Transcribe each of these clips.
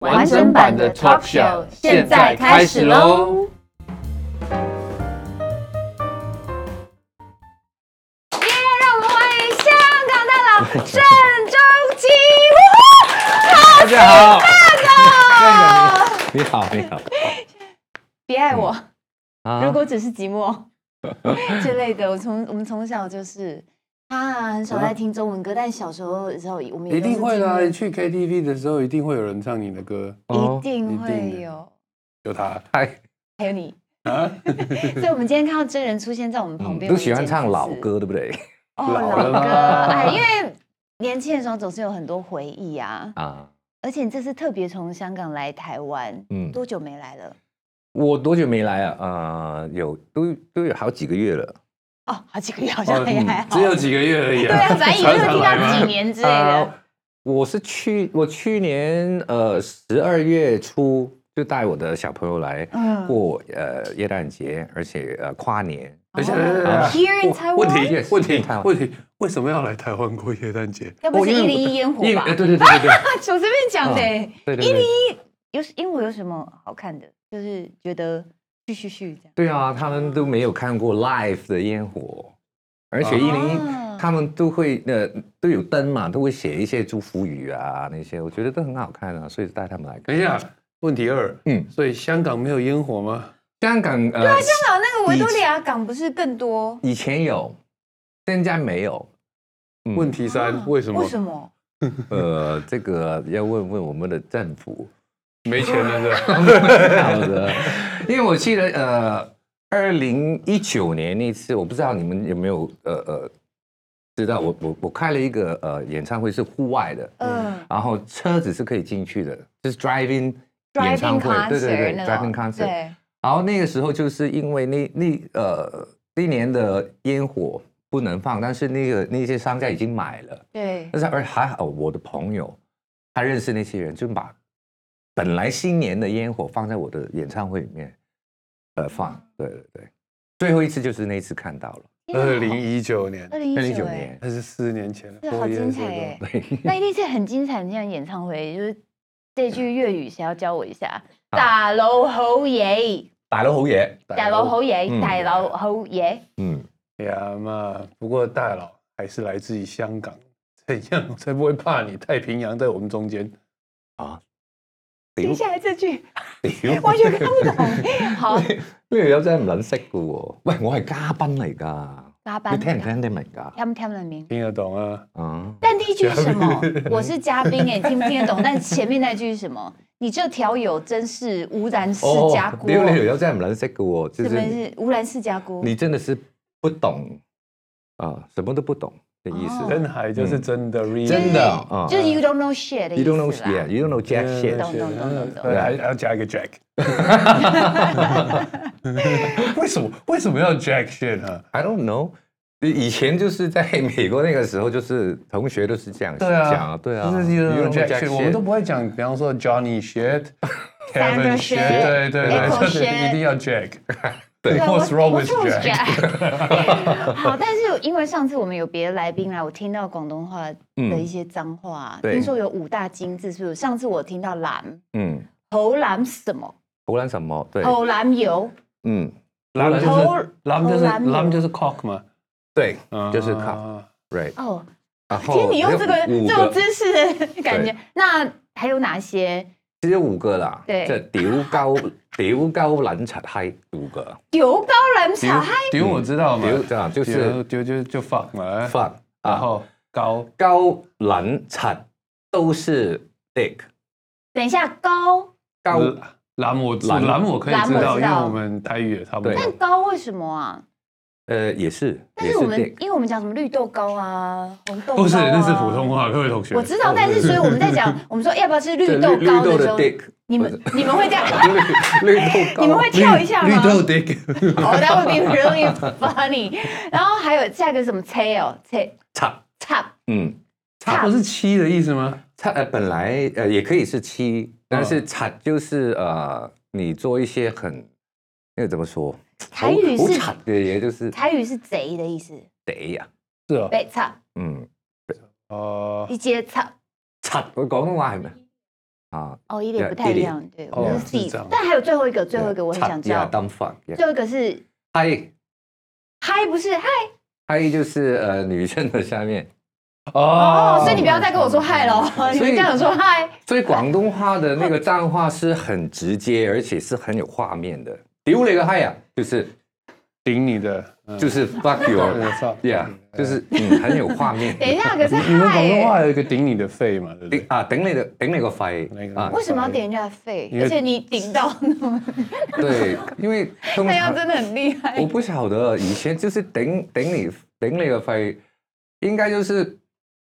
完整版的 talk show 现在开始喽！耶！让我们欢迎香港大佬郑中基！哇大家好，好棒哦！你好，你好别爱我，啊如果只是寂寞之类的，我从我们从小就是啊，很少在听中文歌，但小时候的时候我们也一定会啦！都是你听去 KTV 的时候，一定会有人唱你的歌，中文一哦定一定的会有，有 他嗨，还有你。啊， 所以，我们今天看到真人出现在我们旁嗯边，都我喜也欢简直唱老是歌，对不对？哦，老老了歌，吗哎，因为年轻的时候总是有很多回忆啊。啊，而且你这次特别从香港来台湾，嗯多久没来了？我多久没来啊？啊，有都都有好几个月了。哦，好几个月好像哎嗯也还好，哦嗯只有几个月而已、对啊，反正也常就常听来到几嘛。年之类的。啊，我是去我去年呃十二月初就带我的小朋友来嗯过呃耶诞节，而且呃跨年。而且啊哦 Here in 问 Taiwan，题 Yes，问题台湾问题，为什么要来台湾过耶诞节？要不哦是因一为嗯零一烟火因吧 呃？对对对对对我随便讲的欸，对对一零对，一有烟火有什么好看的？就是觉得续续续这样。对啊，他们都没有看过 live 的烟火，而且一零一啊他们都会呃都有灯嘛，都会写一些祝福语啊那些，我觉得都很好看啊，所以带他们来看。等一下，问题二，嗯嗯，所以香港没有烟火吗？香港呃，对啊，香香港那个维多利亚港不是更多？以前有，现在没有。嗯问题啊三，为什么为什么？ 呃，这个要问问我们的政府。没钱了是吧？ 好的，因为我记得呃，二零一九年那次，我不知道你们有没有呃呃知道我我我开了一个呃演唱会是户外的，嗯然后车子是可以进去的，就是 driving 演，driving 唱会，对对 concert 对那，driving 种 concert。对，然后那个时候就是因为那那呃那年的烟火不能放，但是那个那些商家已经买了，对但是而还好我的朋友他认识那些人，就把本来新年的烟火放在我的演唱会里面，呃放，对对对，最后一次就是那一次看到了，二零一九年，二零呃二零一一九九哎，年，那是四年前了，这好我也精是彩这哎样！对，那一定是很精彩的这样演唱会，就是这句粤语谁要教我一下？大佬好嘢，打了侯爷，大佬好嘢，嗯大佬好嘢。嗯，哎呀妈！不过大佬还是来自于香港，怎样才不会怕你？太平洋在我们中间，啊屌接下哎来这句屌，完全看不懂。好， 呢條友真係唔撚識嘅喎，喂，我係嘉賓嚟㗎，加你班。聽唔聽得明㗎？他们听不得明。听得懂啊？啊，但第一句是什么？ 我是嘉宾哎，你听不听得懂？但前面那句是什么？你这条友真 是污染世家锅，哦屌你條友真係唔撚識嘅喎，就这是边是污染世家锅。你真的是不懂啊，什么都不懂的意思。哦真海就是真的 real，真的啊就是 you don't know shit 的意 You 思 don't know 啦 shit, you don't know jack 懂 shit。懂懂懂懂对还还要加一个 Jack。为什么为什么要 Jack shit 啊？ I don't know。以前就是在美国那个时候，就是同学都是这样讲啊，对啊，就是 you You don't know don't know jack jack shit，我们 shit 都不会讲，比方说 Johnny shit。 Sandra Kevin shit，对对对， Apple 就是 shit 一定要 Jack。对 What's wrong with wrong with Jack？ Jack？好， 但是因为上次我们有别的来宾啊来，我听到广东话的一些脏话，嗯对听说有五大金字，是不是？上次我听到蓝嗯，头蓝什么，胡乱什么？对，头蓝油，嗯，蓝就是头蓝就是蓝蓝就是 cock 嘛，对，啊就是 cup right。哦，然听你用这个五这种个，姿势的感觉对，那还有哪些其实五个啦，对这屌高 屌高冷柒嗨五个，油高冷茶嗨？丢我知道嘛，屌这样就是丢就就 fuck 嘛， fuck 然啊，后高高冷柒都是 dick，等一下，高高蓝我蓝蓝我可以蓝知我道，因为知道我们台语也差不对多。但高为什么啊？呃，也是，但也是我们电因为我们讲什么绿豆糕啊、红豆糕、啊，不是，那是普通。哦话，各位同学。我知道，但是所以我们在讲，我们说要不要吃绿 对豆绿糕豆的的时候， dick，你们你们会这样，绿绿豆糕，你们会跳一下吗？绿豆 dick，哦、t h a t would be really funny。然后还有下一个是什么哦 tail tail 差， top，嗯，它不是七的意思吗？差呃本来呃也可以是七，但是差就是呃你做一些很那个怎么说，台语好是惨的，也就是台语是贼的意思，贼呀，是哦，被 top 嗯，哦，一接 top，差我广东话系咪啊？哦，有点不 Yeah，太一一点样，对，哦我们是自己是这样。但还有最后一个，最后一个我很想知道，当饭，最后一个是嗨嗨不是嗨嗨就是呃女生的下面，哦，所以你不要再跟我说嗨了，哦你所们这以样说嗨，所以广东话的那个脏话是很直接，而且是很有画面的。丢了一个嗨呀，就是顶你的，嗯就是 fuck you。那个操 Yeah，就是嗯，很有画 面。等一下，可是你们广东嗨话有一个顶你的肺嘛，对不顶对？啊，顶你的顶你个肺那个啊为！什么要点人家的肺？因为而且你顶到那么，对，因为通那样常哎真的很厉害我。不晓得以前就是顶顶你顶你个肺，应该就是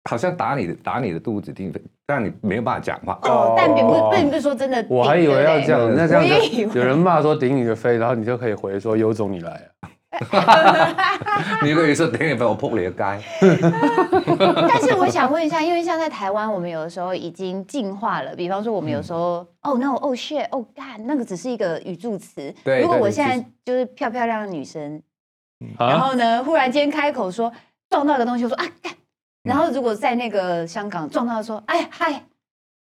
好像打你的打你的肚子，顶让你没有办法讲 话。哦，但并哦不，并不是说真的顶的嘞。我还以为要这样，那这样我也以为就有人骂说顶你的肺，然后你就可以回说有种你来啊。你可以说顶你肺，我扑你个街。但是我想问一下，因为像在台湾，我们有的时候已经进化了，比方说我嗯们有时候、哦 no 哦 shit 哦 god，那个只是一个语助词。对如果对我对现在其就是漂漂亮亮的女生，然啊，后呢，忽然间开口说撞到一个东西，我说啊干。嗯然后如果在那个香港撞到说哎嗨，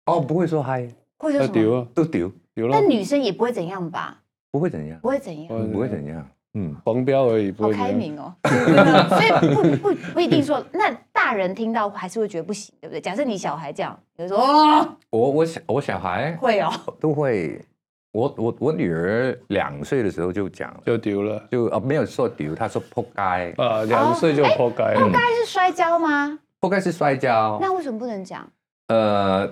哦，不会说嗨，或者要什么，丢啊，都丢，丢了但，女生也不会怎样吧？不会怎样，不会怎哦样。不会怎样。嗯，黄标而已，不好会开怎样。明 哦，真的所以不不不一定说，那大人听到还是会觉得不行，对不对？假设你小孩这样，有时候哦我我小我小孩会哦，都会，我我我女儿两岁的时候就讲了，就丢了就啊没有说丢，她说扑街，啊，两岁哦就破盖那了刚。才是摔跤吗？扑街是摔哦跤。那为什么不能讲？呃，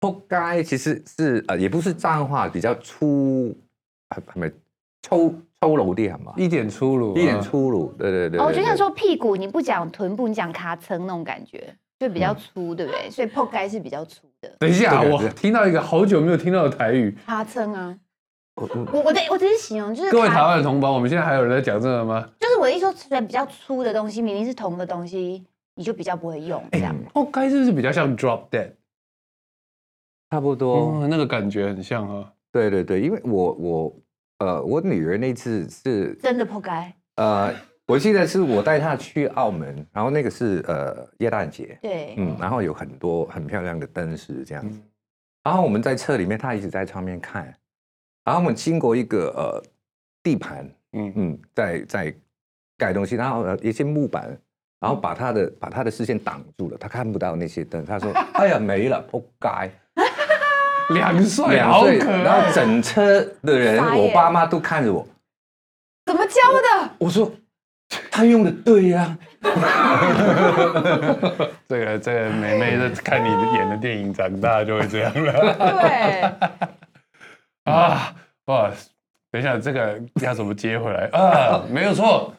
扑街其实是呃，也不是脏话，比较粗，系系咪粗粗鲁啲系嘛？一点啊粗鲁，一点，粗鲁，对对对。哦，对就像对说屁股，你不讲臀部，你讲卡层那种感觉，就比较粗，对不嗯对？所以破盖是比较粗的。等一下，对对我听到一个好久没有听到的台语。卡层啊，我我我我的我只是形容，就 是各位台卡，湾的同胞，我们现在还有人在讲这个吗？就是我的意思说，虽然比较粗的东西，明明是同个东西，你就比较不会用这样。哦，该是不是比较像 drop dead？差不多。哦，那个感觉很像哦哈。对对对，因为我我呃，我女儿那次是真的破盖，呃，我记得是我带她去澳门，然后那个是呃耶诞节，对，嗯，然后有很多很漂亮的灯饰这样子。然后我们在车里面，她一直在上面看，然后我们经过一个呃地盘，嗯嗯，嗯，在在盖东西，然后呃一些木板，然后把她的把她的视线挡住了，她看不到那些灯。 她说：“哎呀，没了，扑街！”两岁，两好岁，可然后爱。整车的人傻，眼我爸妈都看着我，怎么教的？我说他用的对呀、这个这个妹妹在看你演的电影，长大就会这样 了嗯对，啊！哇，等一下，这个要怎么接回来啊？没有错，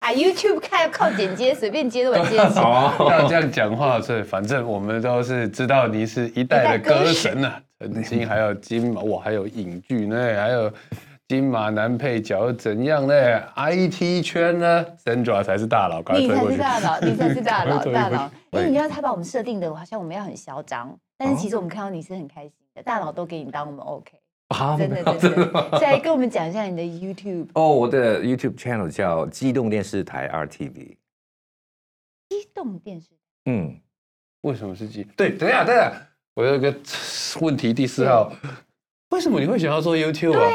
啊，YouTube 看靠剪接，随便接都能接起来。哦，要这样讲话，所以反正我们都是知道你是一代的歌神啊，曾经还有金马，哇，还有影剧呢，还有金马男配角又怎样呢？IT 圈呢，Sandra 才是大佬， 赶快你推才过是去。大佬，你才是大佬，推大过去佬。哎、你知道他把我们设定的，好像我们要很嚣张，但哦是其实我们看到你是很开心的，大佬都给你当我们 OK，啊真的真的。再来跟我们讲一下你的 YouTube 哦，我的 YouTube channel 叫机动电视台 RTV。机动电视，嗯，为什么是鸡？对，等一下，等一下，我有一个问题，第四号，为什么你会想要做 YouTube 啊？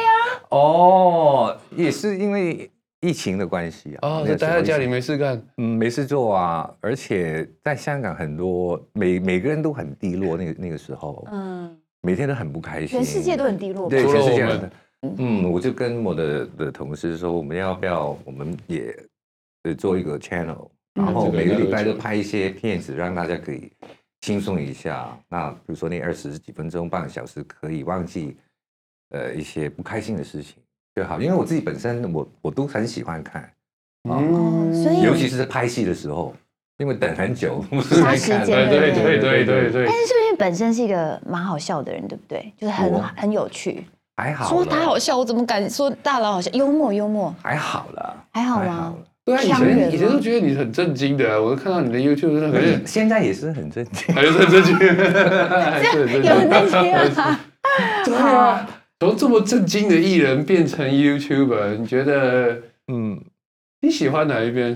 哦，也是因为疫情的关系啊。啊，那就个时待候在家里疫情，没事干，嗯，没事做啊。而且在香港，很多每每个人都很低落，那个那个时候，嗯，每天都很不开心，全世界都很低落吧，对，除了全世界我人们嗯，我就跟我的的同事说，我们要不要，我们也呃做一个 channel，然嗯后这个每个应该礼拜不都错拍一些片子，让大家可以轻松一下。那比如说那二十几分钟、半个小时，可以忘记呃一些不开心的事情。就好，因为我自己本身我我都很喜欢看，哦，嗯所以尤其是在拍戏的时候，因为等很久，不是杀在时看间对对对对对对但，是是不是本身是一个蛮好笑的人，对不对？就是很我很有趣。还好啦，说他好笑，我怎么敢说大佬好笑？幽默幽默，还好了，还好还好吗？了。对啊，以呛人前吗以前都觉得你很震惊的，啊我看到你的 YouTube 那个 嗯现在也是很正经， 还是很震惊，还是很震有惊。那些 嗯啊，对啊，从这么震惊的艺人变成 YouTuber，你觉得 嗯，你喜欢哪一边？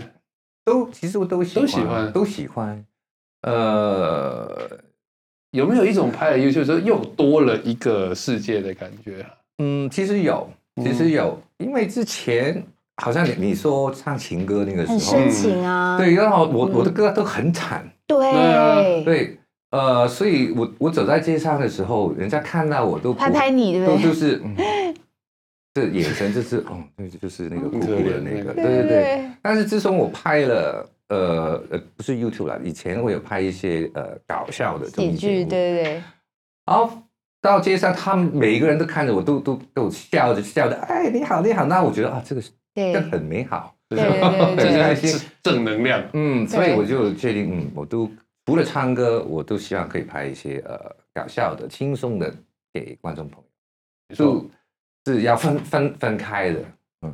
都其实我都喜都喜欢都喜欢，呃，有没有一种拍了 YouTube 之后又多了一个世界的感觉啊？嗯，其实有，其实有，因为之前好像你你说唱情歌那个很时候深，情啊，对，然后我我的歌都很惨，对，对，呃，所以我我走在街上的时候，人家看到我都不拍拍你，对都不就对？是，嗯这眼神就是，哦，对，就是那个酷酷的那个，嗯对对对。但是自从我拍了，呃呃，不是 YouTube 啦，以前我有拍一些呃搞笑的综喜艺节剧，对目，对对。然后到街上，他们每一个人都看着我，都都都笑着笑着，哎，你好，你好。那我觉得啊，这个是对这很美好，对对对这 对对是正正能量。嗯，所以对我就确定，嗯，我都除了唱歌，我都希望可以拍一些呃搞笑的、轻松的给观众朋友，没错就是要分分分开的。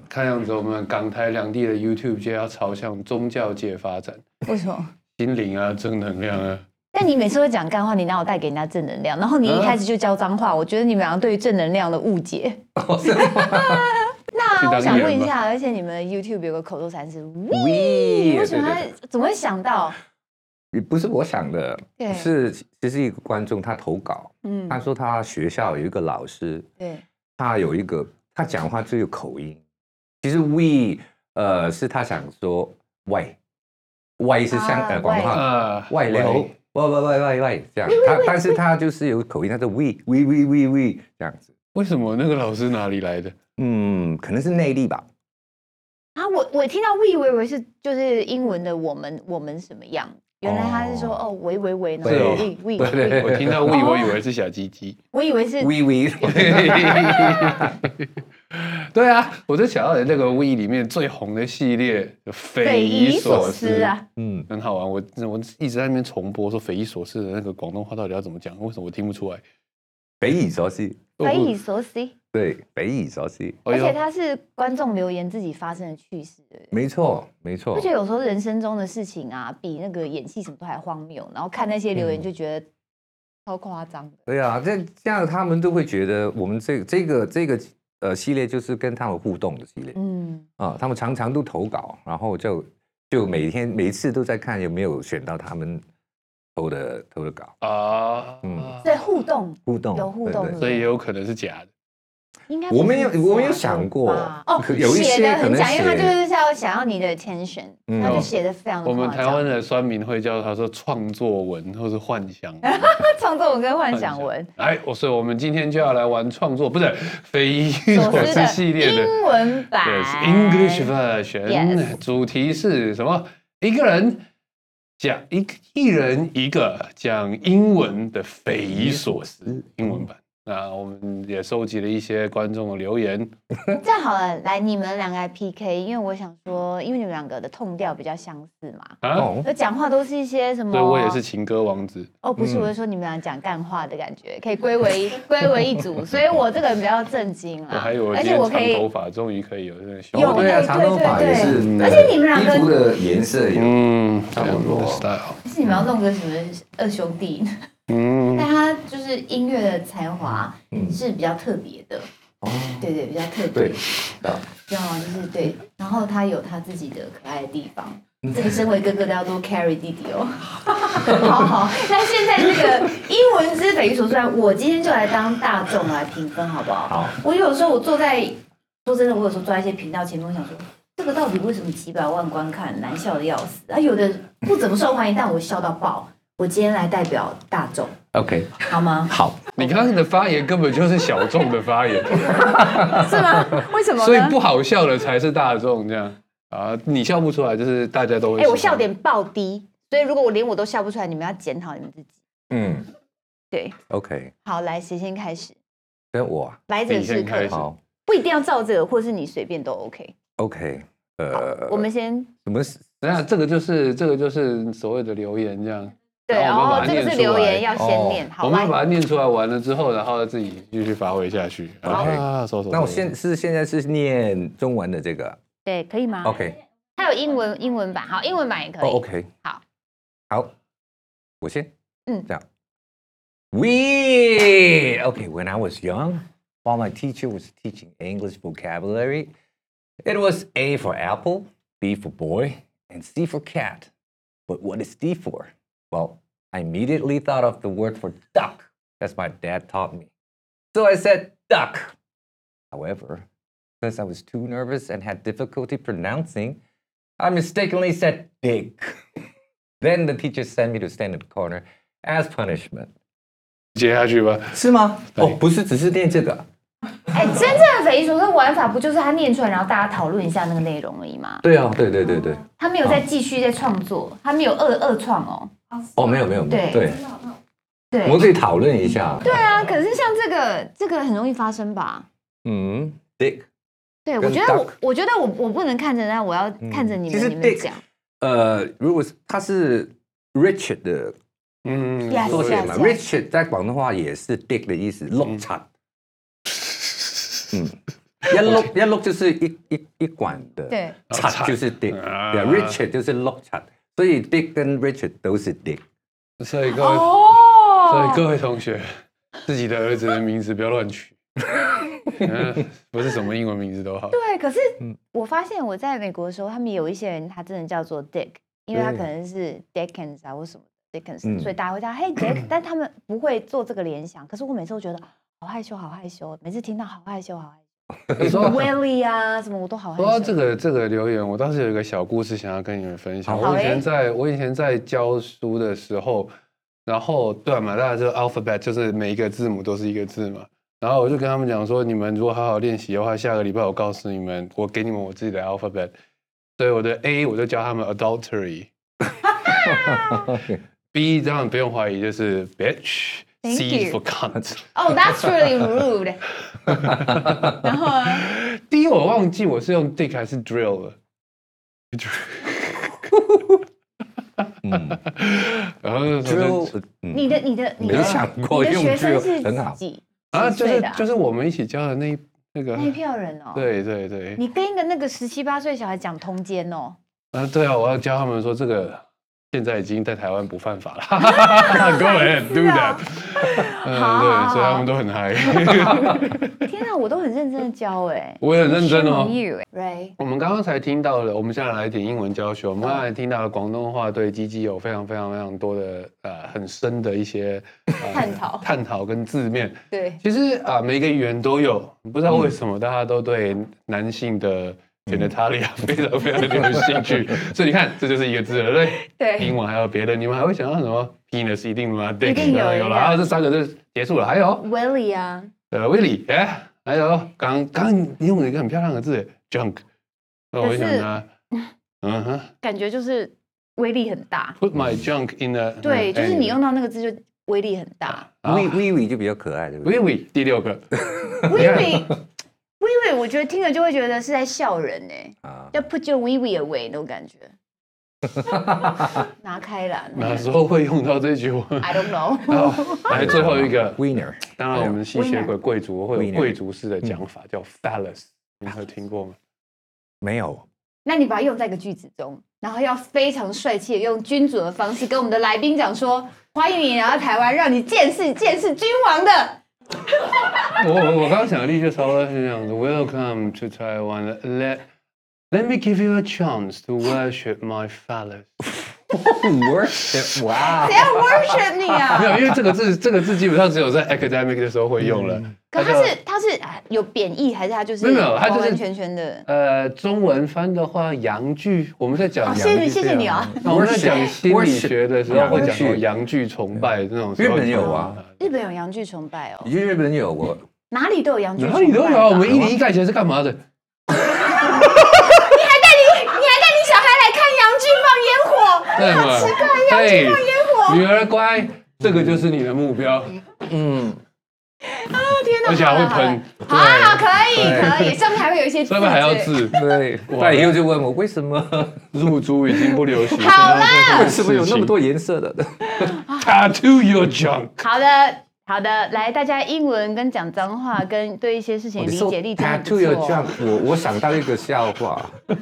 看样子我们港台两地的 YouTube 界要朝向宗教界发展，为什么？心灵啊，正能量啊，但你每次都讲干话，你哪有带给人家正能量？然后你啊一开始就教脏话，我觉得你们两个对于正能量的误解。 去 那我当想艺人问一吧下，而且你们 YouTube 有个口头禅是 “we”，喂为什么他怎么会想到？也不是我想的对，是其实一个观众他投稿，嗯，他说他学校有一个老师，对，他有一个他讲话最有口音。其实 we 呃是他想说喂喂是像、啊呃广东话啊，外流喂喂喂喂喂这样，他但是他就是有口音，他说 we we we we we 这样子。为什么那个老师哪里来 的？嗯，可能是内力吧。啊，我我听到 “we” 我以为是就是英文的“我们我们什么样”，原来他是说哦哦喂喂喂，然后对哦 “we we 对对 we”，对我听到 we，我以为是小鸡鸡。我以为是 we we 对啊，我就想到那个 We 里面最红的系列《匪匪夷夷所所思思》，啊。嗯，很好玩。我我一直在那边重播说匪夷所思的那个广东话到底要怎么讲，为什么我听不出来？匪夷所思，匪哦夷所思，对，匪夷所思，哎而呦且他是观众留言自己发生的趣事，对不对没错没错不。觉得有时候人生中的事情啊，比那个演戏什么都还荒谬，然后看那些留嗯言就觉得超夸张的。对啊，这这样他们都会觉得我们这这个这个呃系列就是跟他们互动的系列嗯，啊，他们常常都投稿，然后就就每天每一次都在看有没有选到他们投的投的稿啊，嗯对，互动互动，有互对动对的所以也有可能是假的。应该我没有不是假我没有想过吧哦，可有一写些的可很能假，因为他写就是要想要你的 attention，嗯他就写的非常我夸张。们台湾的酸民会叫他说创作文或是幻 想文。创作文跟幻想文，哎，我所以我们今天就要来玩创作，不是匪夷所所思思嗯系列的英文版对是，English version， Yes 主题是什么？一个人讲一一人一个讲英文的匪夷所嗯思英文版。那我们也收集了一些观众的留言，这样好了，来你们两个来 PK，因为我想说，因为你们两个的痛调比较相似嘛，啊，哦，而讲话都是一些什么？对我也是情歌王子，哦，不是，嗯我是说你们俩讲干话的感觉，可以归为归为一 组，所以我这个人比较震惊我啦，还以为我啊而今且天我可长以头发终于可以有那个小有对啊，对长头发对也是对，而且你们两个衣服的颜色也嗯，差不多 style，是你们要弄个什么二兄弟，嗯但他就是音乐的才华嗯是比较特别的，哦，对对，比较特别对，，啊知道吗？就是对，然后他有他自己的可爱的地方。嗯这个身为哥哥都要多 carry 弟弟哦。 好好，那现在这个 英文之匪夷所思啊，我今天就来当大众来评分，好不好？好，我有时候我坐在，说真的，我有时候坐在一些频道前面，我想说，这个到底为什么几百万观看，难笑的要死啊？有的不怎么受欢迎，但我笑到爆。我今天来代表大众， ，OK，好吗？好，你刚刚的发言根本就是小众的发言， 是吗？为什么呢？所以不好笑的才是大众这样啊！你笑不出来，就是大家都会。哎、我笑。点爆低，所以如果我连我都笑不出来，你们要检讨你们自己。嗯对， ，OK，好，来，谁先开始？跟我啊来者你是先客开始。好，不一定要照这个，或是你随便都 OK。 OK，呃，我们先什么？等下这个就是这个就是所谓的留言这样。对，然我们把后它这念个是哦出留言来哦要哦先念，好我们来把它念出来完了之后，然后自己继续发挥下去。好啊，手手。那我现是现在是念中文的这个啊对，可以吗？ ，OK，它有英文英文版，好，英文版也可哦以。 ，OK，好，好，我先，嗯这样。We okay. When I was young, while my teacher was teaching English vocabulary, it was A for apple, B for boy, and C for cat. But what is D for? Well, I immediately thought of the word for duck. That's my dad taught me. So I said duck. However, because I was too nervous and had difficulty pronouncing, I mistakenly said dick. then the teacher sent me to stand in the corner as punishment. 接下去吧。是吗？对哦，不是，只是念这个啊。哎，真正的匪夷所思玩法不就是他念出来，然后大家讨论一下那个内容而已吗？对啊，对对对对。他没有再继续在创作，他没有恶恶创哦。哦，没有没有没对有，对，对我们可以讨论一下。对对，啊，可是像这个，这个很容易发生吧？嗯，dick，对，我跟觉得 duck 我，我觉得我我不能看着他，我要看着你其们，实你们 dick- 讲。呃，如果是它是 Richard 的嗯， Yes, 缩写 yes, 嘛 yes. ，Richard 在广东话也是 dick 的意思，碌铲。嗯， 一碌一碌就是一一一管的，对，铲哦就是 dick，对啊啊，Richard 就是碌铲，所以 dick 跟 Richard 都是 dick。所以各位，所以哦，各位同学，自己的儿子的名字不要乱取， 嗯，不是什么英文名字都好。对，可是我发现我在美国的时候，他们有一些人他真的叫做 Dick，因为他可能是 Dickens 啊或什么 Dickens，、嗯所以大家会叫嘿 Dick，但他们不会做这个联想。可是我每次都觉得好害羞，好害羞，每次听到好害羞，好害你羞说 Willie 啊什么我都好害说到羞。这个这个留言，我倒是有一个小故事想要跟你们分享。好我以前诶在我以前在教书的时候，然后对嘛，大家知道 alphabet 就是每一个字母都是一个字嘛。然后我就跟他们讲说，你们如果好好练习的话，下个礼拜我告诉你们，我给你们我自己的 alphabet。所以我的 A 我就教他们 adultery，B 这样不用怀疑就是 Thank bitch，C you for cunt。哦、t h a t s really rude。然后呢？第一我忘记我是用 dick 还是 drill 了。 嗯然后就，drill，嗯你的你的你没的想过你的用学生 drill，是很好几啊，几就岁是的啊就是我们一起教的那一那个那，一票人哦。，对对对，你跟一个那个十七八岁小孩讲通奸哦，啊对啊，我要教他们说这 个现在已经在台湾不犯法了 哈哈哈哈，Go ahead do 啊 that，好嗯好对，所以好他们都很嗨，天哪，我都很认真的教 哎、我也很认真哦。 You, Ray，我们刚刚才听到了，我们现在来一点英文教学。我们刚才听到了广东话对鸡鸡有非常非常非常多的呃很深的一些、呃探讨探讨跟字面。 对，其实啊、每个语言都有，不知道为什么大家都对男性的 genitalia 非常非常的有兴 趣，所以你看，这就是一个字了，对不对？对英文还有别的，你们还会想到什么 penis 一定吗？一定有有一了，个啊，这三个就结束了。还有 Willie 啊，呃，Willy，哎，还有刚刚你用了一个很漂亮的字，junk，那我就 想 Uh-huh，呢，嗯哼感觉就是威力很大。 ，put my junk in a，对，哎就是你用到那个字就威力很大。 ，we we we 就比较可爱，对不对？啊 Willy 第六 个，威 威，威威，我觉得听了就会觉得是在笑人哎、啊，要 put your wee wee away 那种感 觉。拿开啦哪时候会用到这句话？ ，I don't know。 好，来最后一个 winner，当然，我们吸血鬼贵族会有 Winner 贵族式的讲法，叫 phallus，你们有听过吗？没有，那你把它用在一个句子中，然后要非常帅气的用君主的方式跟我们的来宾讲说：欢迎你来到台湾，让你见识见识君王的。我我我刚想的例就稍微是这样的，Welcome to Taiwan. Let Let me give you a chance to worship my phallus. worship，哇 谁，要 worship 你啊没？ 有，因为这个字这个字基本上只有在 academic 的时候会用了。可它他叫是他是啊有贬义，还是他就是没有没有它就是完完全全的？呃，中文翻的话，阳具，我们在讲哦，阳谢谢具，谢谢你啊！哦我们在讲心理学的时候会讲到 Worship 阳具崇拜那种时候。日本有啊日本有洋剧崇拜哦你，去日本有我哪里都有洋剧崇拜哪吧。里都有啊，我你还带们一零一盖起来是干嘛的？你你还带你小孩来看对洋剧放烟火，嘛？哎好奇怪，洋剧放烟火。女儿乖，这个就是你的目标。嗯，啊天哪！而且还会喷，好啊，好，可以，可以，上面还会有一些字， 上面还要字，对，他以后就问我为什么， 入珠已经不流行。好了了为什么有那 么多颜色的？ tattoo your junk？好的，好的，来，大家英文跟讲脏话跟对一些事情理解力真的哦不 tattoo your 错。 junk，我我想到一个笑话，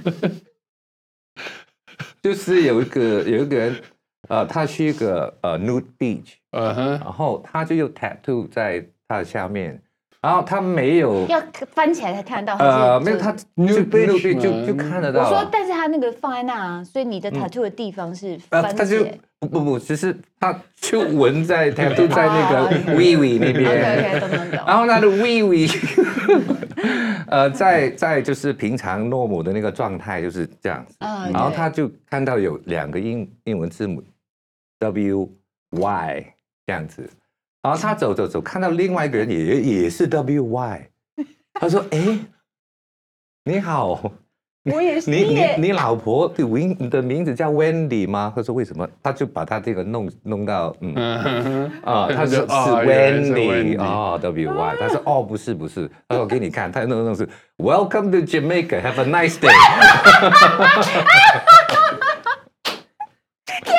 就是有一个有一个人，呃，他去一个呃 nude beach，嗯哼，然后他就有 tattoo 在他的下面，然后他没有，要翻起来才看得到，呃，还是没有他就 Nude nude beach beach 就嘛就看得我到说啊，，但是他那个放在那啊，所以你的 tattoo 的地方是嗯哦呃，翻他就写。不不不，只是他就纹在 tattoo 在那啊个 w e w e 那 OK 边。 OK，懂懂懂。然后他的微微， 呃，在在就是平常诺姆的那个状态就是这样子，嗯然后对他就看到有两个英英文字母 W Y 这样子，然后他走走走，看到另外一个人也也是 W Y，他说：“哎，你好，我也是，你你也你老婆的名你的名字叫 Wendy 吗？”他说：“为什么？”他就把他这个弄弄到嗯。嗯哼， 啊，他说是哦原来是 Wendy Wendy 啊，W Y，他说哦，不是不是，他说我给你看，他那个那个是 Welcome to Jamaica，Have a nice day，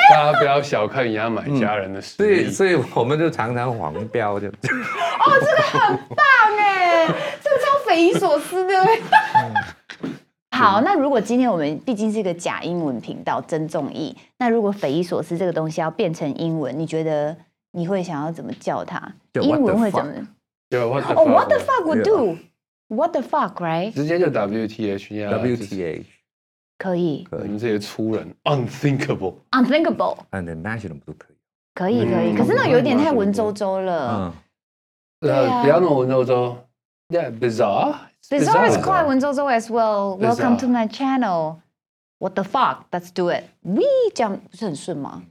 大家不要小看牙买加人的实所以力。所以我们就常常黄标 就，棒哎，这个超匪夷所思的。 好，那如果今天我们毕竟是一个假英文频道，真综艺，那如果匪夷所思这个东西要变成英文，你觉得你会想要怎么叫它？就英 what the 文会怎么？就 what the 哦，What the fuck？ fuck would do？What the fuck，right？直接就 WTH 呀 WTA 可以可你以们这些粗人，unthinkable。 ，unthinkable， ，International 都可以，可以可以，嗯可是那有点太文绉绉了。嗯，对啊呃，不要弄文绉绉。Yeah, bizarre. There's Bizarre always quite 文绉绉 as well. Bizarre Welcome to my channel. What the fuck? Let's do it. We 这样不是很顺吗？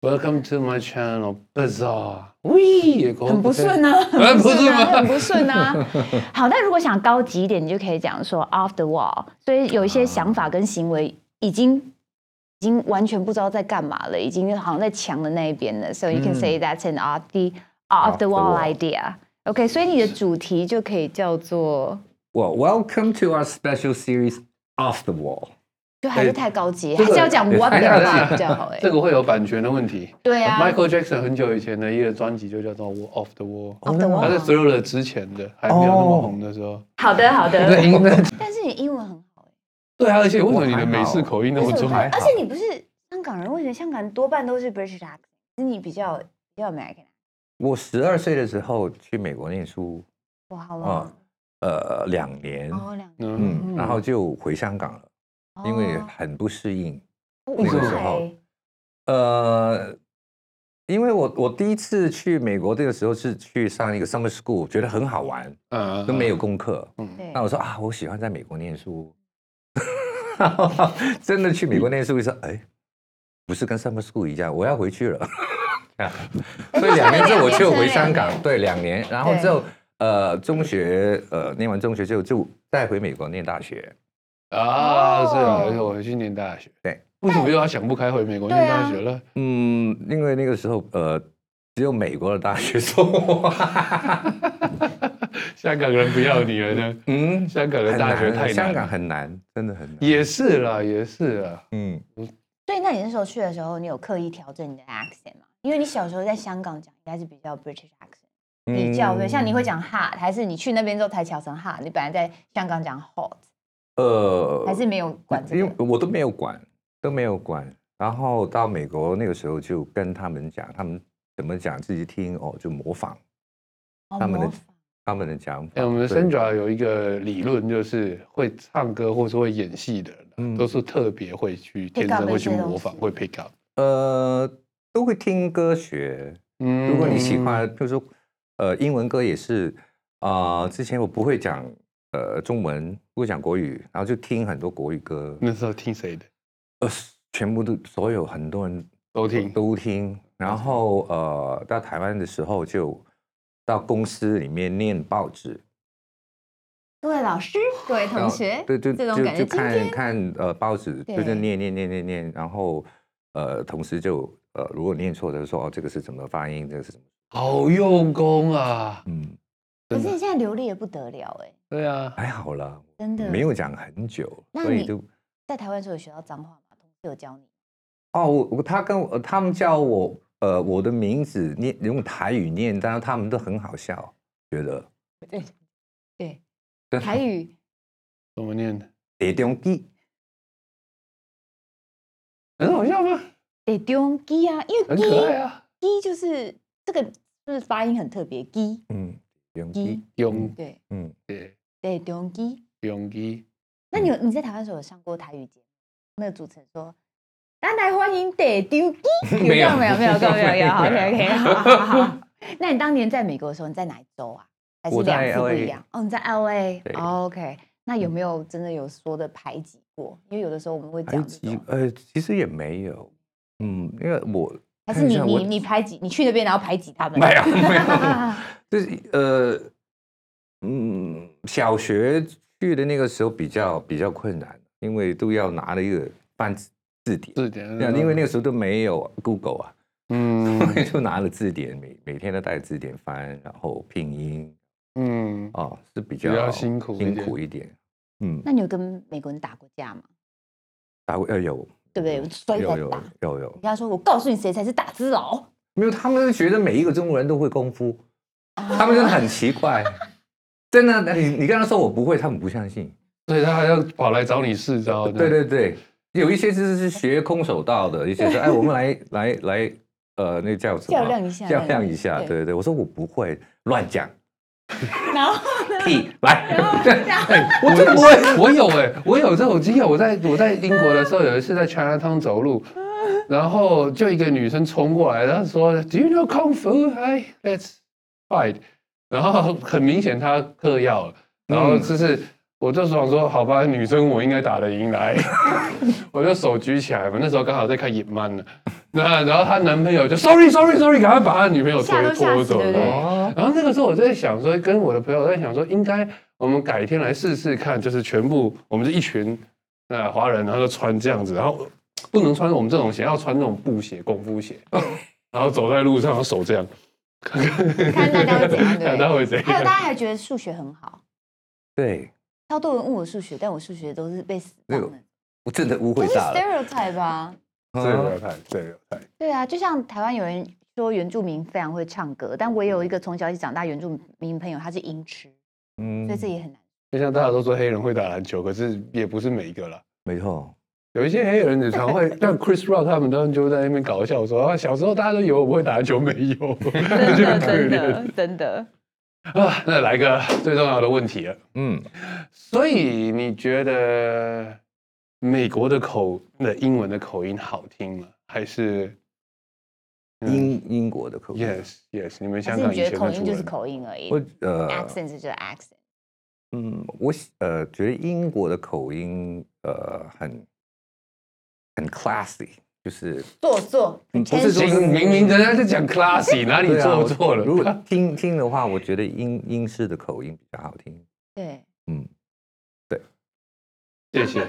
Welcome to my channel, bizarre. 喂，很不顺啊，哎很不不是顺啊，吗很不顺啊。好，但如果想高级一点，你就可以讲说 off the wall。所以有一些想法跟行为已经已经完全不知道在干嘛了，已经好像在墙的那一边了。So you can say that's an off the off Off the the wall wall idea. OK，所以你的主题就可以叫做，我 Welcome to our special series Off the Wall，就还是太高级，这还个是要讲 what the 哎呀 fuck 比较好哎。这个会有版权的问题。对啊 Michael Jackson 很久以前的一个专辑就叫做《Off the Wall》， off Oh, the 他在 wall。 Thriller 之前的还没有那么红的时候。好的，好的。那英文但是你英文很好，对啊，而且为什么你的美式口音那么而且重我发还而好且你不是香港人，为什么香港人多半都是 British accent？是你比较比较 American。我十二岁的时候去美国念书，哇，好啊吧，，呃，两年，哦，两个，嗯，嗯，然后就回香港了，因为哦很不适应。那那个时候呃，因为我我第一次去美国这个时候是去上一个 summer school，觉得很好玩，嗯都没有功课。对那，我说啊，我喜欢在美国念书。 真的去美国嗯念书，就说哎，不是跟 summer school 一样，我要回去了。 所以哎两年之后我就回香港，对，两年，然后之后呃，中学呃念完中学就就再回美国念大学。啊，是啊，哦而且我回去念大学。对，为什么又要想不开回美国念啊大学了？ 嗯，因为那个时候呃，只有美国的大学 说，香港人不要你了呢？嗯，香港的很大难，学太香难港了，很难，真的很难。也是啦，也是啦。嗯，所以那你那时候去的时候，你有刻意调整你的 accent 吗？因为你小时候在香港讲应该是比较 British accent，比嗯较对，像你会讲 hard，还是你去那边之后才调成 hard？你本来在香港讲 hot，呃还是没有管这因为个？我都没有管，都没有管。然后到美国那个时候就跟他们讲，他们怎么讲自己听哦，就模仿哦他们的模仿他们的讲法。哎，我们的对 Sandra 有一个理论，就是会唱歌或是会演戏的人啊，嗯都是特别会去 Pick 天生 up 会去一些东模仿，西会 pick up。呃都会听歌学。嗯如果你喜欢，譬如说呃英文歌也是啊、呃之前我不会讲呃中文，不会讲国语，然后就听很多国语歌，那时候听谁的呃全部都所有很多人都听，都听。然后呃，到台湾的时候就到公司里面念报纸，各位老师，各位同到学，啊对，就这就种感觉就今看天看呃报纸，就是对念念念念念，然后呃，同时就呃，如果念错的就说哦，这个是怎么发音，这个是怎么，好用功啊！嗯，可真是的你现在流利的不得了哎、对啊，还好啦，真的。没有讲很久，那所以你就在台湾的时候有学到脏话吗？同事有教你？哦，我我他跟我他们叫我呃我的名字念用台语念，但是他们都很好笑，觉 得对，对台语怎么念的？得中基很好笑吗？得丢鸡啊，因为很鸡可爱啊，鸡就是这个就是发音很特别，鸡嗯中基鸡永对嗯对得丢鸡。永基，那你有嗯你在台湾的时候有上过台语节目？那个主持人说。咱来欢迎得 丢鸡，没有这样没有没有没有没有没没有有，OK OK，好好好 好。那你当年在美国的时候，你在哪一州啊？还是我在两次不 LA 一样？哦，你在 LA，OK 对、嗯哦，OK 那有没有真的有说的排挤过？因为有的时候我们会还讲这几种，呃其实也没有，嗯，因为 我还是你看一下你我你排挤你去那边然后排挤他们？没有没有， 就是呃嗯小学去的那个时候比较比较困难，因为都要拿了一个翻字典。字典嗯对啊，因为那个时候都没有 Google 啊，嗯 就拿了字典，每每天都带字典翻，然后拼音 嗯，哦，是比较比较辛苦一辛点苦一点。嗯，那你有跟美国人打过架吗？打过呃有对不对？所以有在有打。有有人，家说我告诉你谁才是打字佬，没有他们就觉得每一个中国人都会功夫，他们真的很奇怪，真的，你你跟他说我不会，他们不相信。所以他还要跑来找你试招，对，对对，有一些就是是学空手道的，一些是哎，我们来来来，呃，那叫什么？较量一下较量一下。对对对对，我说我不会乱讲，然后屁 来， 哎，我真的不会，我有哎，我有这种经验，我在我在英国的时候，有一次在 China Town 走路。然后就一个女生冲过来，她说：“Do you know kung fu? Hey, let's fight。”然后很明显她嗑药了，然嗯后就是、我就想说：“好吧，女生我应该打得赢来。” 我就手举起来嘛，那时候刚好在看《野蛮》呢。那然后她男朋友就 “Sorry, Sorry, Sorry”，赶快把她女朋友推吓都吓拖死走对不对哦然后那个时候我在想说，跟我的朋友在想说，应该我们改天来试试看，就是全部我们是一群那华人，然后就穿这样子，然后不能穿我们这种鞋，要穿那种布鞋、功夫鞋，然后走在路上，然后手这样， 看大家会怎样，对看不他对？会怎还样。有大家还觉得数学很好，对，超多人问我数学，但我数学都是被死那当个的，我真的误这会是大了。 stereotype 啊吧？ 这个太，这个太，对啊，就像台湾有人说原住民非常会唱歌，但我也有一个从小一起长大原住民朋友，他是音痴，嗯所以这也很难。就像大家都说黑人会打篮球，可是也不是每一个啦。没错，有一些黑人也常会 像 Chris Rock 他们，当时就在那边搞笑说啊，小时候大家都以为我不会打篮球，没有，嗯 真就的很可真怜 的真的，啊。那来个最重要的问题了。嗯，所以你觉得美国的口的英文的口音好听吗？还是嗯英英国的口音？Yes, Yes。你们还香是港你以觉前的啊得口音主就是人口音而已我呃， ，accent 就是 accent。嗯，我喜呃觉得英国的口音呃很很 classy，就是做作，嗯不是说行，明明人家在讲 classy，哪里对啊做我错了？如果听听的话，我觉得英英式的口音比较好听。对，嗯，谢谢。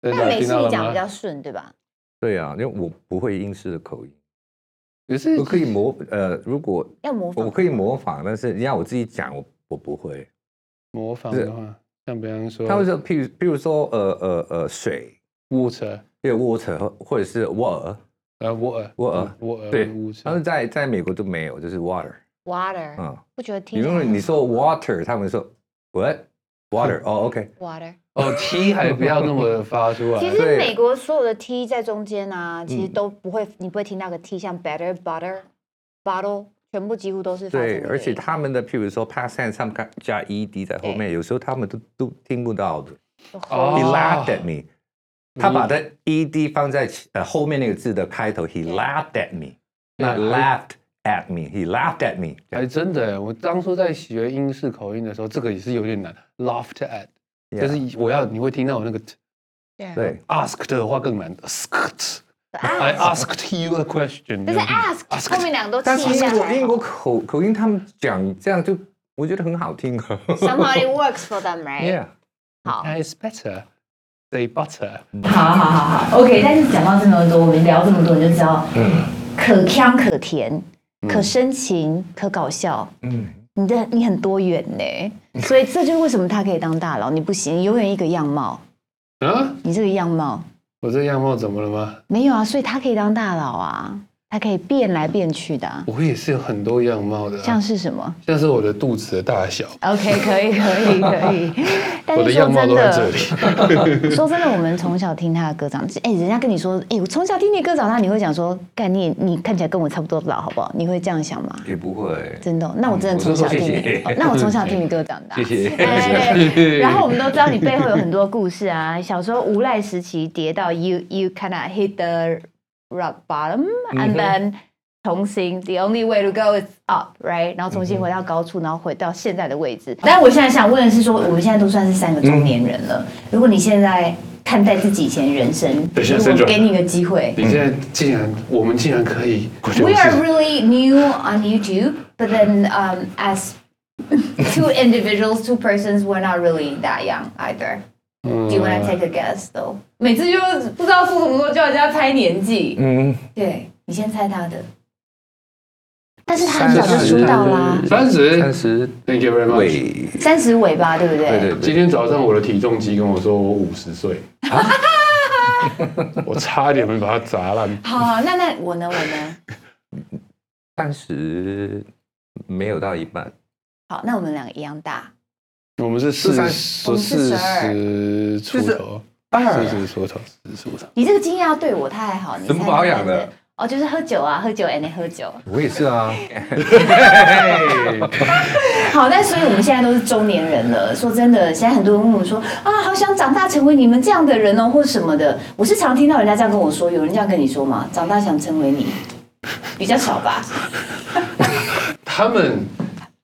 真但的美听式到你了讲比较吗？顺，对吧？对啊，因为我不会英式的口音，可是我可以模呃，如果要嗯模仿我可以模仿，但是你让我自己讲，我我不会。模仿的话，像比方说他们说，譬如譬如说，呃呃呃，水， water，因为 water 或或者是 water，呃，water， water， water，对 water，他们在在美国都没有，就是 water。 water，嗯，不觉得哎听因起来为很你说 water，他们说 what water？哦，OK， water？哦，t 还不要那么发出其来。实对嗯美国所有的 t 在中间啊，其实都不会，你不会听到个 t，像 better butter bottle，全部几乎都是发对，生而且它他们的譬如说 past tense，他们加加 ed 在后面，有时候他们都都听不到的。He 哦嗯 laughed at me，他把的 ed 放在其呃后面那个字的开头。He laughed at me，not 对 laughed at me，he laughed at me。哎，真的耶，我当初在学英式口音的时候，这个也是有点难。Laughed at， Yeah 就是我要你会听到我那个 t, 对 asked 的话更难。asked。I asked you a question。但是 ask 后面两个都但气是下英国英来国口口音，他们讲这样就我觉得很好听。啊 ，somehow it works for them right？ Yeah，好。 It's better. They butter. 好好好好，OK。但是讲到这么多，我们聊这么多，你就嗯知道，可腔可甜，可深情，可搞笑。嗯，你的你很多元 呢，所以这就是为什么他可以当大佬，你不行，你永远一个样貌，啊，你这个样貌我这样貌怎么了吗？没有啊，所以他可以当大佬啊，他可以变来变去的、啊，我也是有很多样貌的啊、像是什么像是我的肚子的大小， ？OK，可以可以 可以，但我的是样说貌真都在这的里。，说真的，我们从小听他的歌长，哎、人家跟你说，哎、我从小听你歌长大，你会讲说，干你也你看起来跟我差不多老，好不好？你会这样想吗？也不会。真的哦、那我真的从小听我你，是说谢谢哦那我从小听你歌长大。谢谢。 哎对对然后我们都知道你背后有很多故事啊，小时候无赖时期跌到 you you kinda hit the rock bottom and then 重新 the only way to go is up right，然后重新回到高处，然后回到现在的位置。但我现在想问的是说，我们现在都算是三个中年人了，如果你现在看待自己以前人生，等一下如三果种给你一个机会，你现在竟然，我们竟然可以，我觉得 We 我 are 是 really new on YouTube, but then um, as two individuals, two persons, we're not really that young either. 嗯 Do you want to take a guess though? 每次就不知道说什么时候叫人家猜年纪。嗯，对你先猜他的，但是他很早就出道啦，三十三十，Thank you very much。尾，三十尾巴，对不对？对对今对，天早上我的体重机跟我说我五十岁， 我差一点没把它砸烂。好，那那我呢？我呢？三十没有到一半，好，那我们两个一样大。我们是四三我十们四是十出头，二四十出头，四十出头。你这个惊讶对我太好，你怎么猜保他养的？哦，就是喝酒啊，喝酒，and then 喝酒。我也是啊。好，那所以我们现在都是中年人了。说真的，现在很多人问我说啊，好想长大成为你们这样的人哦，或什么的。我是常听到人家这样跟我说，有人这样跟你说吗？长大想成为你，比较少吧。他们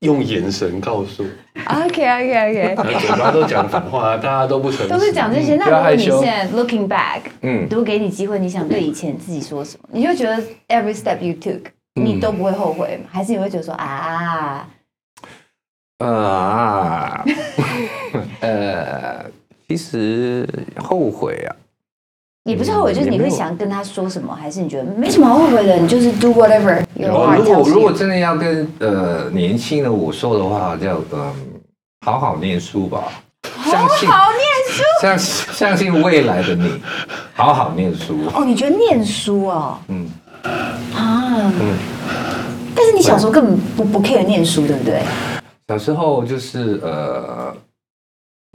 用眼神告诉我， OK OK OK，然后嘴巴都讲反话，大家都不诚实，都是讲这些。那不如要果害你羞现。在 looking back， 嗯，如果给你机会，你想对以前自己说什么？你就觉得 every step you took，你都不会后悔吗？还是你会觉得说啊， 啊，呃，其实后悔啊，也不是后悔，就是也你没会有想跟他说什么？还是你觉得没什么好后悔的，你就是 do whatever your 我哦 heart 如 tells 果 you 如果真的要跟呃年轻的我说的话，叫嗯、好好念书吧，相信哦好念书相相信未来的你，好好念书。哦，你觉得念书哦嗯，啊，嗯但是你小时候根本不不 care 念书，对不对？小时候就是呃，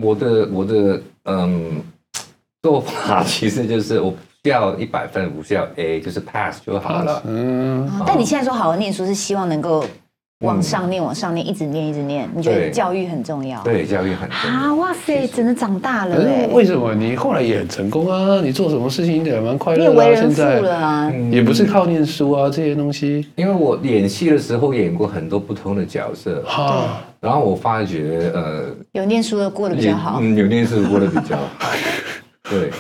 我的我的嗯做法其实就是我不需要一百分，不需要 A，就是 pass 就好了。嗯，但你现在说好好念书，是希望能够往上念，往上念，一直念，一直念。你觉得对教育很重要？对，教育很重要。啊，哇塞，真的长大了可是哎，为什么你后来也很成功啊？你做什么事情也蛮快你乐也的、为啊，人现父在了啊，也不是靠念书啊这些东西。因为我演戏的时候演过很多不同的角色，哈，然后我发觉呃，有念书的过得比较好。嗯，有念书过得比较 好。对，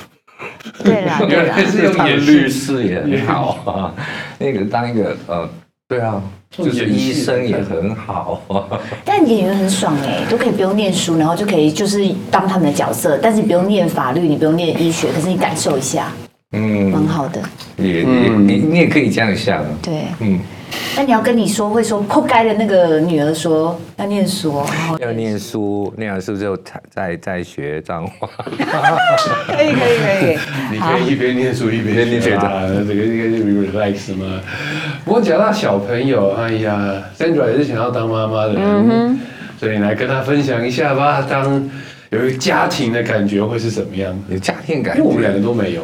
对啦，对原啦来，是用当演戏，律师也很好啊，那个当一个呃，对啊，做就是演戏医生也很好啊。但演员很爽哎，都可以不用念书，然后就可以就是当他们的角色，但是你不用念法律，你不用念医学，可是你感受一下，蛮嗯，好的。也也你你也可以这样想，对，嗯，那你要跟你说会说破该的那个女儿说要念书哦，然后要念书，念完书之后才再再学脏话。可以可以可以，你可以一边念书一边学啊，这个这个就 relax 嘛。不过讲到小朋友，哎呀，Sandra 也是想要当妈妈的嗯人，所以来跟他分享一下吧，当有一个家庭的感觉会是什么样？有家庭感因为觉，我们两个都没有，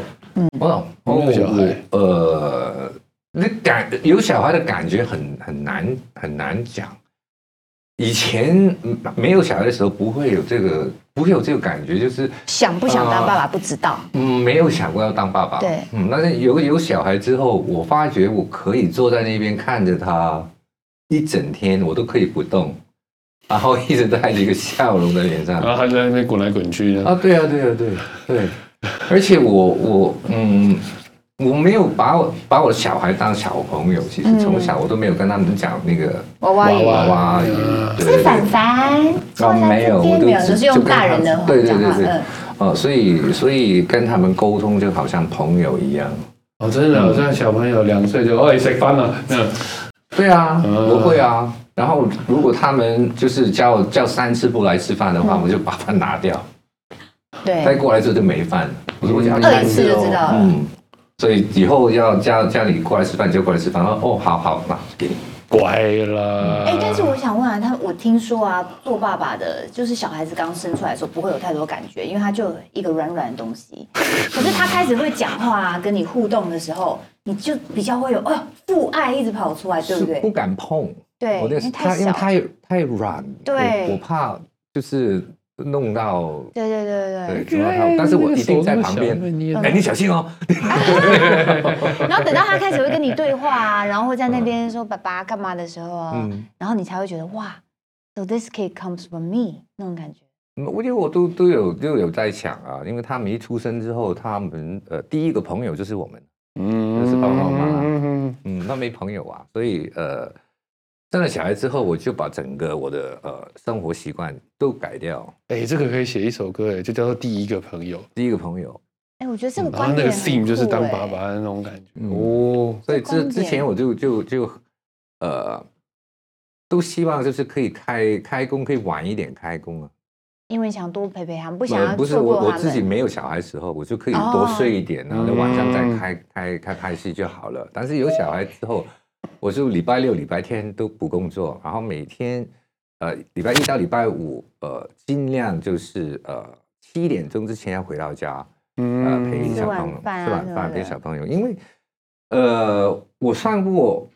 哦，没有小孩我呃，那感有小孩的感觉很很难很难讲。以前嗯没有小孩的时候，不会有这个，不会有这个感觉，就是想不想哦当爸爸不知道，嗯，没有想过要当爸爸。对嗯，但是有有小孩之后，我发觉我可以坐在那边看着他一整天，我都可以不动，然后一直带着一个笑容在脸上。然后他啊在那边滚来滚去的。啊，对啊，对啊，对对，而且我我嗯，我没有把我把我的小孩当小朋友，其实嗯从小我都没有跟他们讲那个娃娃语娃娃语，对对是对凡凡，哦，没有，我没有，只就是用跟他大人的话对对讲对话，对嗯，哦，所以所以跟他们沟通就好像朋友一样，啊嗯哦哦，真的，我现在小朋友两岁就，哎，谁翻了？那对啊，我会啊。然后如果他们就是叫我叫三次不来吃饭的话，我就把饭拿掉。再嗯对，过来之后就没饭了。我说我叫你饿三嗯一次次就哦知道了。嗯，所以以后要叫叫你过来吃饭，你就过来吃饭。然后哦，好好，那给你。乖了。哎、但是我想问啊，他我听说啊，做爸爸的，就是小孩子刚生出来的时候不会有太多感觉，因为他就有一个软软的 东西。可是他开始会讲话啊，跟你互动的时候，你就比较会有哎呦父爱一直跑出来，对不是不对？敢碰，对，我因的为它太因为小。太太软，对我我怕就是弄到，对对对对对弄到它但是我一定在旁边，嗯边哎，你小心哦，对。然后等到他开始会跟你对话啊，然后会在那边说爸爸干嘛的时候啊，嗯。然后你才会觉得哇，so this kid comes from me 那种感觉。嗯我因为我都都有都有在想啊，因为他们一出生之后，他们呃第一个朋友就是我们，嗯就是爸爸妈妈嗯嗯，那没朋友啊，所以呃，生了小孩之后，我就把整个我的呃生活习惯都改掉。哎、这个可以写一首歌，哎，就叫做《第一个朋友第一个朋友，哎，我觉得这个》，然后嗯观那点个很 theme 就是酷当哎爸爸的那种感觉。嗯哦，所以这观之之点前我就就就呃，都希望就是可以开开工，可以晚一点开工啊。因为想多陪陪他们，不不想要不是错过我他我们。哦自己没有小孩时候，我就可以多睡一点，然后嗯晚上再开开开拍戏就好了。但是有小孩之后，我就礼拜六、礼拜天都不工作，然后每天呃礼拜一到礼拜五呃尽量就是呃七点钟之前要回到家，呃，嗯，陪小朋友吃晚饭啊吃晚什么饭，的陪小朋友，因为呃，我算过，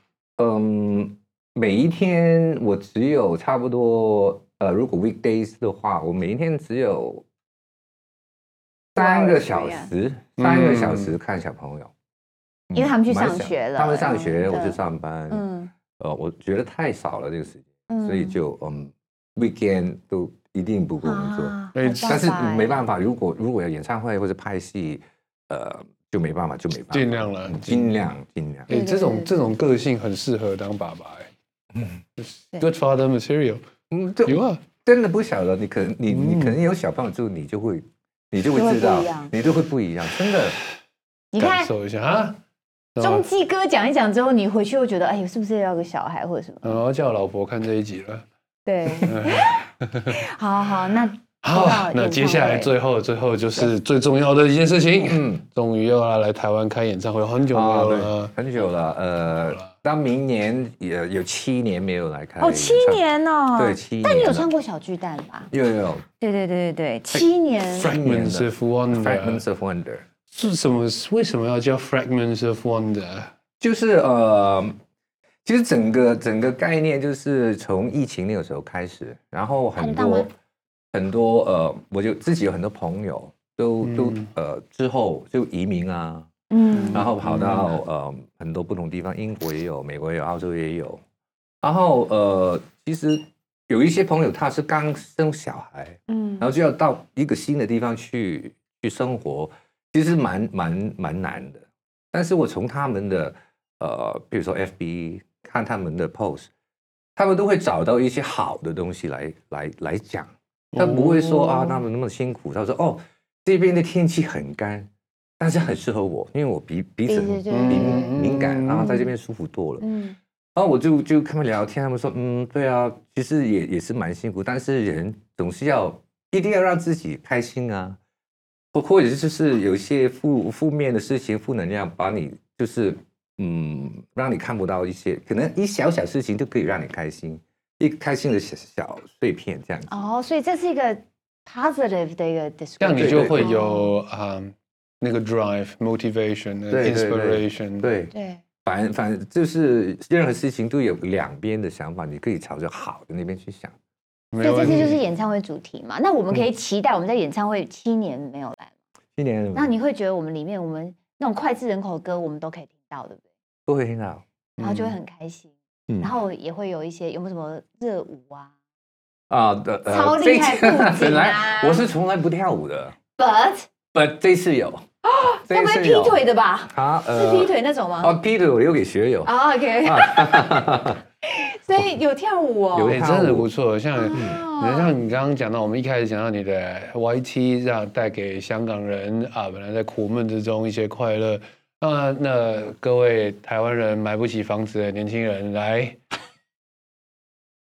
嗯，每一天我只有差不多，呃，如果 weekdays 的话，我每一天只有三个小时，嗯三个小时看小朋友，嗯因为他们去上蛮小学了他们上嗯学，我对去上班，嗯呃，我觉得太少了这个时间，嗯，所以就嗯，weekend 都一定不工作。啊，哎好但是爸爸哎没办法，如果如果有演唱会或者拍戏，呃，就没办法，就没办法，尽量了嗯尽量尽量。哎、对对这种对这种个性很适合当爸爸、哎，Good father material，啊嗯， you 就 are。真的不晓得，你可能你嗯你可能有小朋友之后，你就会你就就会会知道不一样，你就会不一样，真 的。你感看受一下啊，然中后继哥讲一讲之后，你回去又觉得，哎呦，是不是要个小孩或者什么？然后叫老婆看这一集了。 对，好好，那好知道，那接下来演唱会最后最后就是最重要的一件事情，嗯，终于又要来台湾开演唱会，很久没啊，有对了，。很久了，呃，到明年也有七年没有来看哦，七年哦，对七年但你有了唱过小巨蛋吧？有有有对对对对对，七年， Fragments of Wonder Fragments of Wonder，是什么？为什么要叫 Fragments of Wonder？就是呃，其实整个整个概念就是从疫情那个时候开始，然后很看得多到很多呃，我就自己有很多朋友都都嗯呃之后就移民啊，嗯，然后跑到呃很多不同地方，英国也有，美国也有，澳洲也有。然后呃，其实有一些朋友他是刚生小孩，嗯，然后就要到一个新的地方去去生活，其实蛮蛮蛮难的。但是我从他们的呃，比如说 FB 看他们的 post，他们都会找到一些好的东西来来来讲，他不会说啊他们那么辛苦，他说哦这边的天气很干，但是很适合我，因为我鼻鼻子很鼻子就敏敏感，然后在这边舒服多了。嗯，然后我就就跟他们聊天，他们说，嗯，对啊，其实也也是蛮辛苦，但是人总是要一定要让自己开心啊，或或者就是有一些负负面的事情、负能量，把你就是嗯，让你看不到一些可能一小小事情就可以让你开心，一个开心的小小碎片这样子。哦，所以这是一个 positive 的一个 d i s c 这 r i 样 p t i 你 o 就会有啊、嗯那个 drive、motivation、对对 inspiration。对，对，反反就是任何事情都有两边的想法，你可以朝着好的那边去想。没所以这问次就是题。嗯演唱会主题嘛。那我们可以期待我们在演唱会七年没有来。今年那你会觉得我们里面我们那种脍炙人口的歌，我们都可以听到，对不对？不会听到，然后就会很开心，嗯然后也会有一些有没有什么热舞啊啊的，呃超厉害这一次布景 啊本来我是从来不跳舞的？But ，but 这次有，这该哦不会次劈有腿的吧？啊，是劈腿那种吗？哦，劈腿我留给学友，哦，OK，所以有跳舞哦。有哎、真的不错，像、哦像你刚刚讲到，我们一开始讲到你的 YT，让带给香港人啊，本来在苦闷之中一些快乐，当然，那各位台湾人买不起房子的年轻人来。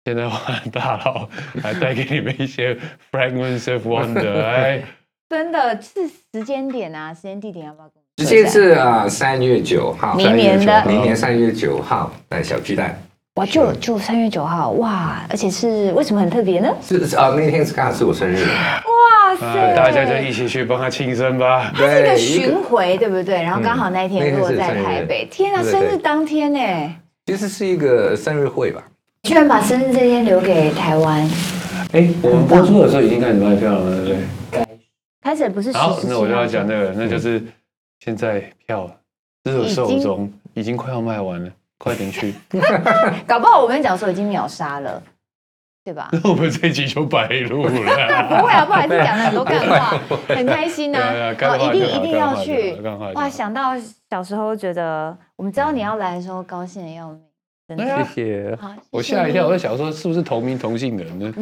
现在华人大佬来带给你们一些 fragments of wonder，哎，真的是时间点啊，时间地点要不要跟我们时说间一下是啊三月九号，明年的明年三月九号在小巨蛋。哇，就就三月九号，哇，而且是为什么很特别呢？是是啊，那天是刚好是我生日，哇啊，塞，大家就一起去帮他庆生吧。它是一个对巡回，对不对？然后刚好那一嗯那天天落是在生日台北，天啊，对生对日当天哎，其实是一个生日会吧。居然把生日这天留给台湾，哎，我们播出的时候已经开始卖票了，对不对？开始不是 十好，十那我就要讲的，那个，那就是嗯现在票热售中，已经快要卖完了，快点去。 搞不好我们讲说已经秒杀了，对吧？那我们这一集就白 录不了。会啊，不好意思，讲了很多干 话，很开心呐、对啊啊。干话一定就好一定干要话就去好干话。就哇，好想到小时候觉得，我们知道你要来的时候高兴的要命，真哎的。呀谢。好，谢谢我吓一跳，嗯你哦我在想说是不是同名同姓人呢？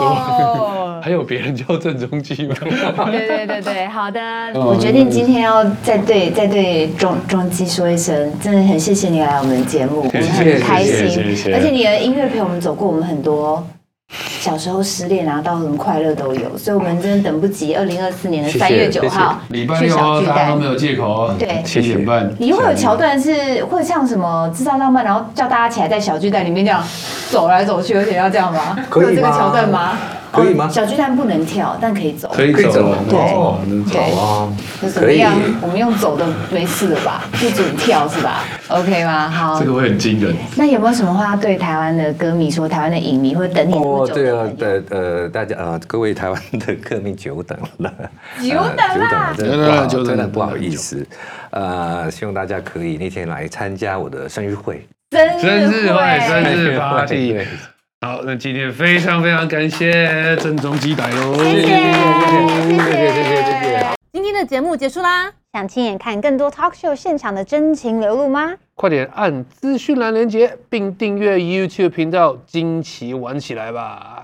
No，还有别人叫郑中基吗？对对对对，好的，嗯我决定今天要再对再对中中基说一声，真的很谢谢你来我们节目，我谢们谢很开谢谢谢心，谢而且你的音乐陪我们走过我们很多。小时候失恋啊，到很快乐都有，所以我们真的等不及二零二四年的谢谢三月九号 礼拜去六小哦巨大家都蛋没。有借口哦。对七点半。你会有桥段是会唱什么制造浪漫，然后叫大家起来在小巨蛋里面这样走来走去，而且要这样吗？可以会有这个吗桥段吗？可以吗哦小巨蛋不能跳，但可以走。可以走了，对哦对哦，就怎么啊样？我们用走的没事了吧？不准跳是吧？OK 吗？好这，个会很惊人。那有没有什么话对台湾的歌迷说？台湾的影迷或者等你那么哦，久对啊的，朋友？呃呃，大家呃，各位台湾的歌迷久等 了，久等啦呃久对等对了，久真的不好，等久等真的不好意思，呃，希望大家可以那天来参加我的生日会，生日会，会，生日 party 对。 好，那今天非常非常感谢郑中基来喽，谢谢，谢谢谢谢谢谢谢。今天的节目结束啦，想亲眼看更多 talk show 现场的真情流露吗？快点按资讯栏连接，并订阅 YouTube 频道，惊奇玩起来吧！